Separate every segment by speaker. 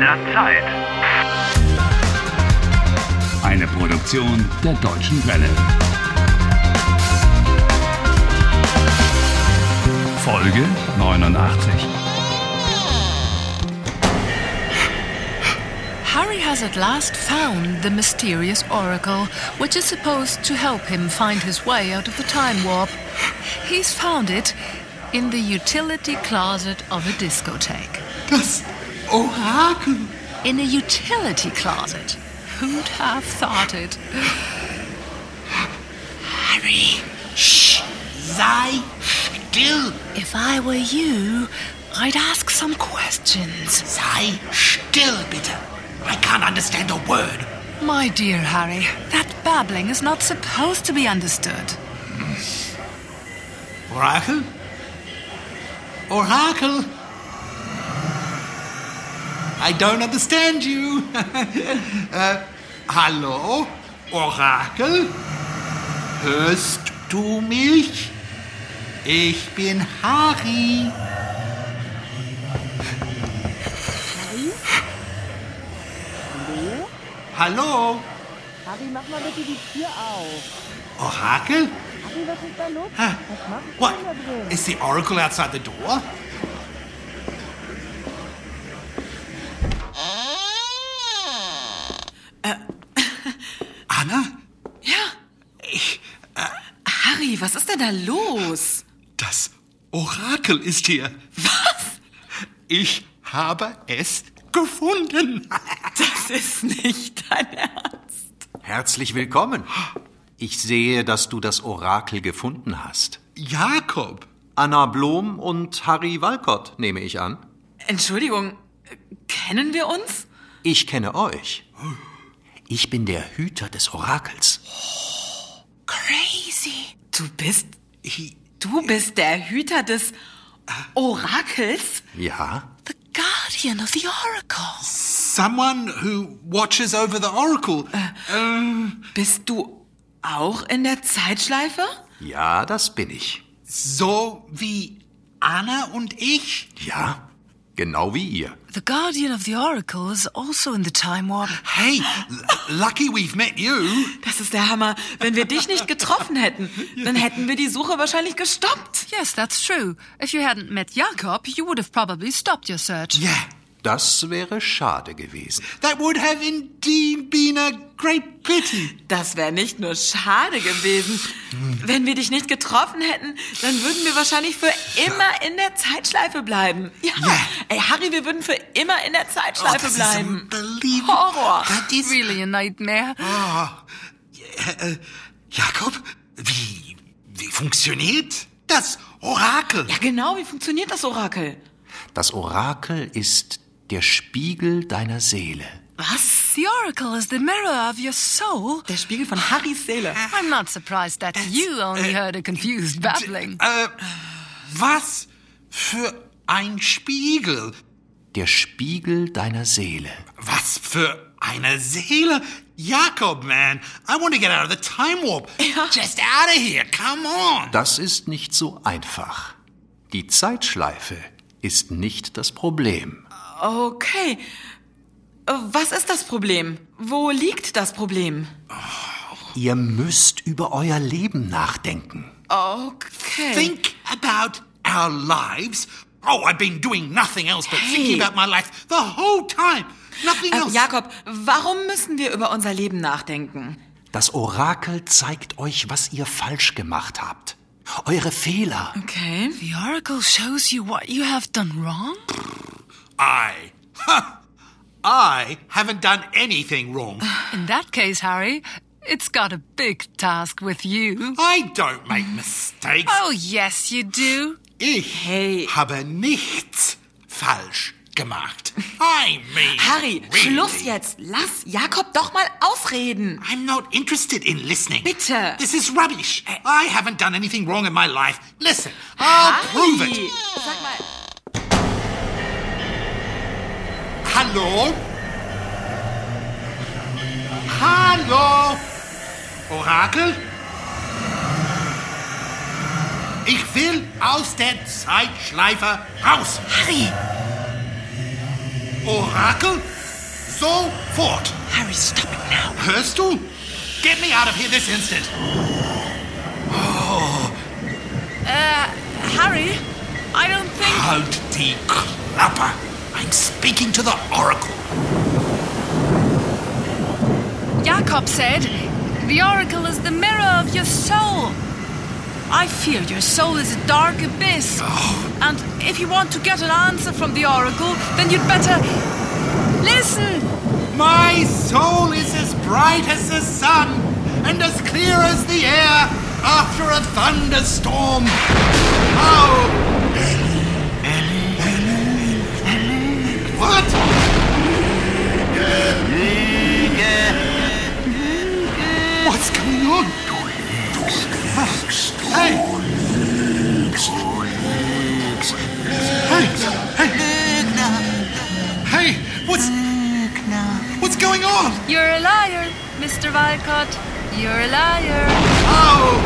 Speaker 1: der Zeit.
Speaker 2: Eine Produktion der Deutschen Welle. Folge 89.
Speaker 3: Harry has at last found the mysterious oracle, which is supposed to help him find his way out of the time warp. He's found it in the utility closet of a discotheque.
Speaker 4: Das Orakel.
Speaker 3: In a utility closet? Who'd have thought it?
Speaker 4: Harry, shh, sei still.
Speaker 3: If I were you, I'd ask some questions.
Speaker 4: Sei still, bitte. I can't understand a word.
Speaker 3: My dear Harry, that babbling is not supposed to be understood.
Speaker 4: Orakel? Orakel? I don't understand you. äh, hallo? Orakel? Hörst du mich? Ich bin Harry.
Speaker 5: Harry? Leo?
Speaker 4: Hallo?
Speaker 5: Harry, mach mal bitte die Tür auf.
Speaker 4: Orakel?
Speaker 5: Harry, was ist da los?
Speaker 4: Huh?
Speaker 5: Was machst
Speaker 4: What?
Speaker 5: du denn da drin?
Speaker 4: Is the Oracle outside the door?
Speaker 6: Uh,
Speaker 4: Anna?
Speaker 6: Ja. Harry, was ist denn da los?
Speaker 4: Das Orakel ist hier.
Speaker 6: Was?
Speaker 4: Ich habe es gefunden.
Speaker 6: Das ist nicht dein Ernst.
Speaker 7: Herzlich willkommen. Ich sehe, dass du das Orakel gefunden hast.
Speaker 4: Jakob.
Speaker 7: Anna Blom und Harry Walcott, nehme ich an.
Speaker 6: Entschuldigung, äh, kennen wir uns?
Speaker 7: Ich kenne euch. Ich bin der Hüter des Orakels.
Speaker 6: Crazy. Du bist,
Speaker 4: Ich,
Speaker 6: du bist der Hüter des Orakels?
Speaker 7: Ja?
Speaker 3: The guardian of the oracle.
Speaker 4: someone who watches over the Oracle.
Speaker 6: Uh. Bist du auch in der Zeitschleife?
Speaker 7: Ja, das bin ich.
Speaker 4: So wie Anna und ich.
Speaker 7: Ja? Genau wie ihr.
Speaker 3: The guardian of the oracle is also in the time warp.
Speaker 4: Hey, l- lucky we've met you.
Speaker 6: Das ist der Hammer. Wenn wir dich nicht getroffen hätten, dann hätten wir die Suche wahrscheinlich gestoppt.
Speaker 3: Yes, that's true. If you hadn't met Jakob, you would have probably stopped your search.
Speaker 4: Yeah.
Speaker 7: Das wäre schade gewesen.
Speaker 4: That would have indeed been a great pity.
Speaker 6: Das wäre nicht nur schade gewesen. Wenn wir dich nicht getroffen hätten, dann würden wir wahrscheinlich für immer in der Zeitschleife bleiben. Ja. Oh,
Speaker 4: Ja.
Speaker 6: Ey, Harry, wir würden für immer in der Zeitschleife
Speaker 4: Oh, this is
Speaker 6: bleiben.
Speaker 4: unbelievable.
Speaker 6: Horror.
Speaker 4: That is
Speaker 3: Really a nightmare.
Speaker 4: Äh, äh, Jakob, wie wie funktioniert das Orakel?
Speaker 6: Ja, genau. Wie funktioniert das Orakel?
Speaker 7: Das Orakel ist der Spiegel deiner Seele.
Speaker 6: Was?
Speaker 3: The oracle is the mirror of your soul.
Speaker 6: Der Spiegel von Harrys Seele.
Speaker 3: I'm not surprised that you only heard a confused babbling.
Speaker 4: Äh, was für ein Spiegel?
Speaker 7: Der Spiegel deiner Seele.
Speaker 4: Was für eine Seele? Jakob, man, I want to get out of the time warp. Just out of here, come on.
Speaker 7: Das ist nicht so einfach. Die Zeitschleife ist nicht das Problem.
Speaker 6: Okay. Äh, Was ist das Problem? Wo liegt das Problem?
Speaker 7: Ihr müsst über euer Leben nachdenken.
Speaker 6: Okay.
Speaker 4: Think about our lives. Oh, I've been doing nothing else but thinking about my life the whole time. Nothing
Speaker 6: Äh,
Speaker 4: else.
Speaker 6: Jakob, warum müssen wir über unser Leben nachdenken?
Speaker 7: Das Orakel zeigt euch, was ihr falsch gemacht habt. Eure Fehler.
Speaker 6: Okay.
Speaker 3: The oracle shows you what you have done wrong?
Speaker 4: I. Ha! I haven't done anything wrong.
Speaker 3: In that case, Harry, it's got a big task with you.
Speaker 4: I don't make mistakes.
Speaker 3: Oh, yes, you do.
Speaker 4: Ich
Speaker 6: Hey.
Speaker 4: habe nichts falsch gemacht. I mean.
Speaker 6: Harry,
Speaker 4: really.
Speaker 6: Schluss jetzt. Lass Jakob doch mal ausreden.
Speaker 4: I'm not interested in listening.
Speaker 6: Bitte. Äh.
Speaker 4: This is rubbish. I haven't done anything wrong in my life. Listen, I'll prove it.
Speaker 6: Harry, Sag mal,
Speaker 4: Hallo? Hallo? Orakel? Ich will aus der Zeitschleife raus.
Speaker 6: Harry.
Speaker 4: Orakel? Sofort!
Speaker 6: Harry, stop it now.
Speaker 4: Hörst du? Get me out of here this instant!
Speaker 6: Harry, I don't think.
Speaker 4: Halt die Klappe! I'm speaking to the Oracle.
Speaker 3: Jakob said, The oracle is the mirror of your soul. I fear your soul is a dark abyss. And if you want to get an answer from the oracle, then you'd better. Listen!
Speaker 4: My soul is as bright as the sun and as clear as the air after a thunderstorm. Oh! What? What's going on? Hey! Hey! Hey! Hey! What's What's going on?
Speaker 3: You're a liar, Mr. Walcott. You're a liar.
Speaker 4: Oh!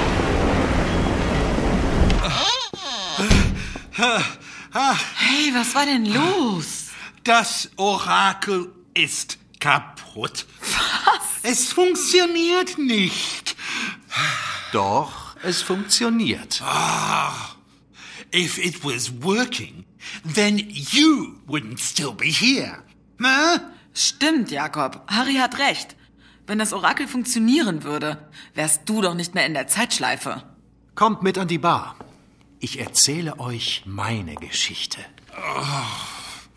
Speaker 6: Hey, was war denn los?
Speaker 4: Das Orakel ist kaputt. Was? Es funktioniert nicht.
Speaker 7: Doch, es funktioniert.
Speaker 4: If it was working, then you wouldn't still be here. Huh?
Speaker 6: Stimmt, Jakob. Harry hat recht. Wenn das Orakel funktionieren würde, wärst du doch nicht mehr in der Zeitschleife.
Speaker 7: Kommt mit an die Bar. Ich erzähle euch meine Geschichte.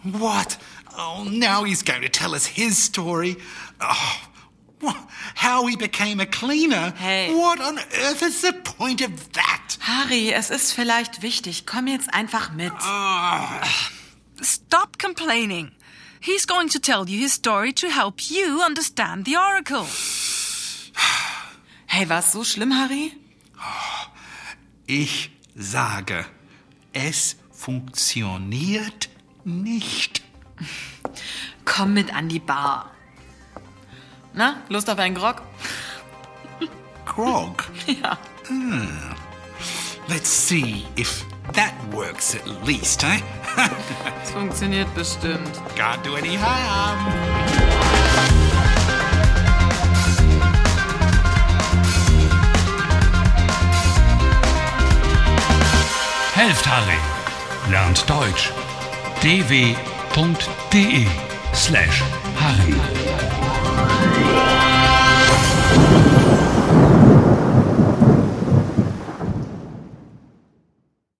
Speaker 4: What? Oh, now he's going to tell us his story. Oh, wha- how he became a cleaner.
Speaker 6: Hey.
Speaker 4: What on earth is the point of that?
Speaker 6: Harry, es ist vielleicht wichtig. Komm jetzt einfach mit.
Speaker 3: Stop complaining. He's going to tell you his story to help you understand the oracle.
Speaker 6: Hey, war's so schlimm, Harry?
Speaker 4: Ich sage, es funktioniert nicht.
Speaker 6: Komm mit an die Bar. Na, Lust auf einen Grog?
Speaker 4: Grog. Hmm.
Speaker 6: Ja.
Speaker 4: Let's see if that works at least, eh?
Speaker 6: Es funktioniert bestimmt.
Speaker 4: Can't do any harm.
Speaker 2: Helft Harry. Lernt Deutsch. dw.de slash Harry.